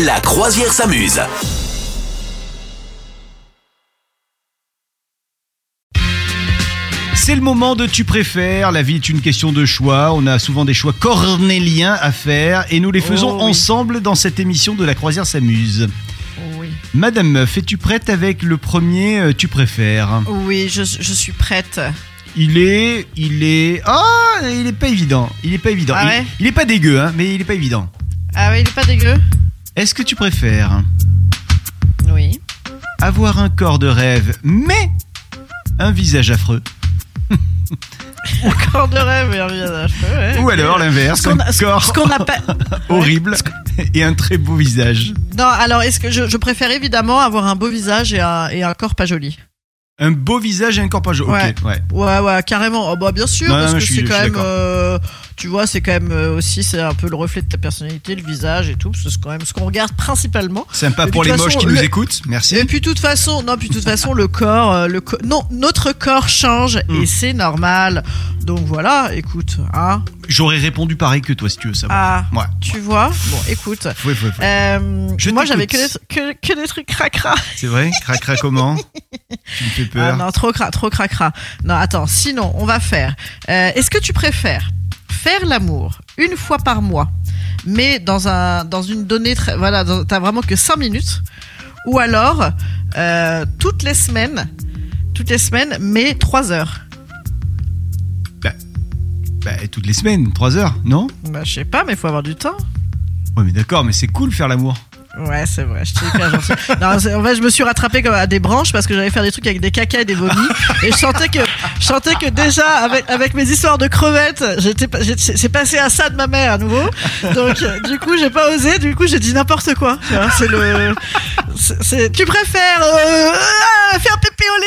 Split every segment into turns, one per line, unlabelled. La croisière s'amuse.
C'est le moment de tu préfères. La vie est une question de choix. On a souvent des choix cornéliens à faire et nous les faisons
Oh oui.
ensemble dans cette émission de La croisière s'amuse.
Oui,
Madame Meuf, es-tu prête avec le premier euh, tu préfères
oui je, je suis prête.
Il est, il est, ah, il est pas évident. Il est pas évident.
Ah
il,
ouais
il est pas dégueu, hein, mais il est pas évident.
Ah oui, il est pas dégueu
Est-ce que tu préfères
Oui.
avoir un corps de rêve mais un visage affreux
Encore de rêve et un visage. Ouais.
Ou alors l'inverse,
Ce
un
qu'on a- ce- Ce
corps
qu'on appelle.
horrible et un très beau visage.
Non, alors est-ce que je, je préfère évidemment avoir un beau visage et un, et un corps pas joli
Un beau visage et un corps pas joli.
Ouais.
Ok, ouais.
Ouais, ouais, carrément. Oh, bah, bien sûr,
Non,
parce
non,
que
je suis-
c'est
je
quand
suis
même.
d'accord.
euh, tu vois, c'est quand même euh, aussi, c'est un peu le reflet de ta personnalité, le visage et tout, parce que c'est quand même ce qu'on regarde principalement.
Sympa
Mais
pour
de
les
toute
moches
façon,
qui nous
le-
écoutent. Merci.
Et puis de toute façon, non, puis de toute façon, le corps, euh, le co- non, notre corps change
Hmm.
et c'est normal. Donc voilà, écoute, hein.
J'aurais répondu pareil que toi si tu veux savoir.
Ah,
Ouais.
tu vois. Bon, écoute.
Ouais, ouais, ouais.
Euh,
Je
moi,
t'écoute.
j'avais que, des- que, que des trucs cracra.
C'est vrai Cracra comment Tu me fais
Ah
peur.
non, trop cra, trop cracra. Non, attends. Sinon, on va faire. Euh, Est-ce que tu préfères faire l'amour une fois par mois, mais dans un dans une donnée très voilà, dans- t'as vraiment que 5 minutes, ou alors euh, toutes les semaines, toutes les semaines, mais 3 heures.
Bah, toutes les semaines, 3 heures, non
Bah, je sais pas, mais faut avoir du temps.
Ouais, mais d'accord, mais c'est cool faire l'amour.
Ouais, c'est vrai, je suis hyper gentille. Non, c'est- en fait, je me suis rattrapée comme à des branches parce que j'allais faire des trucs avec des caca et des vomis. Et je sentais que, je sentais que déjà, avec, avec mes histoires de crevettes, j'étais, pas- j'ai- c'est passé à ça de ma mère à nouveau. Donc, euh, du coup, j'ai pas osé, du coup, j'ai dit n'importe quoi. Tu vois, C'est le, c'est, c'est- tu préfères, euh, ah, faire pipi au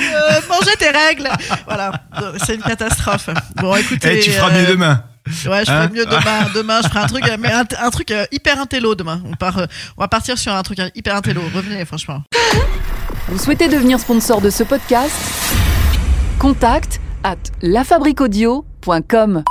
lit ou euh, manger tes règles? Voilà. Donc, C'est une catastrophe. Bon,
Eh,
écoutez.
tu feras
euh,
mieux demain.
Ouais, je
Hein
ferai mieux demain. Demain, je ferai un truc, euh, mais un, un truc euh, hyper intello demain. On part, euh, on va partir sur un truc euh, hyper intello. Revenez, franchement.
Vous souhaitez devenir sponsor de ce podcast Contact à lafabriquaudio.com.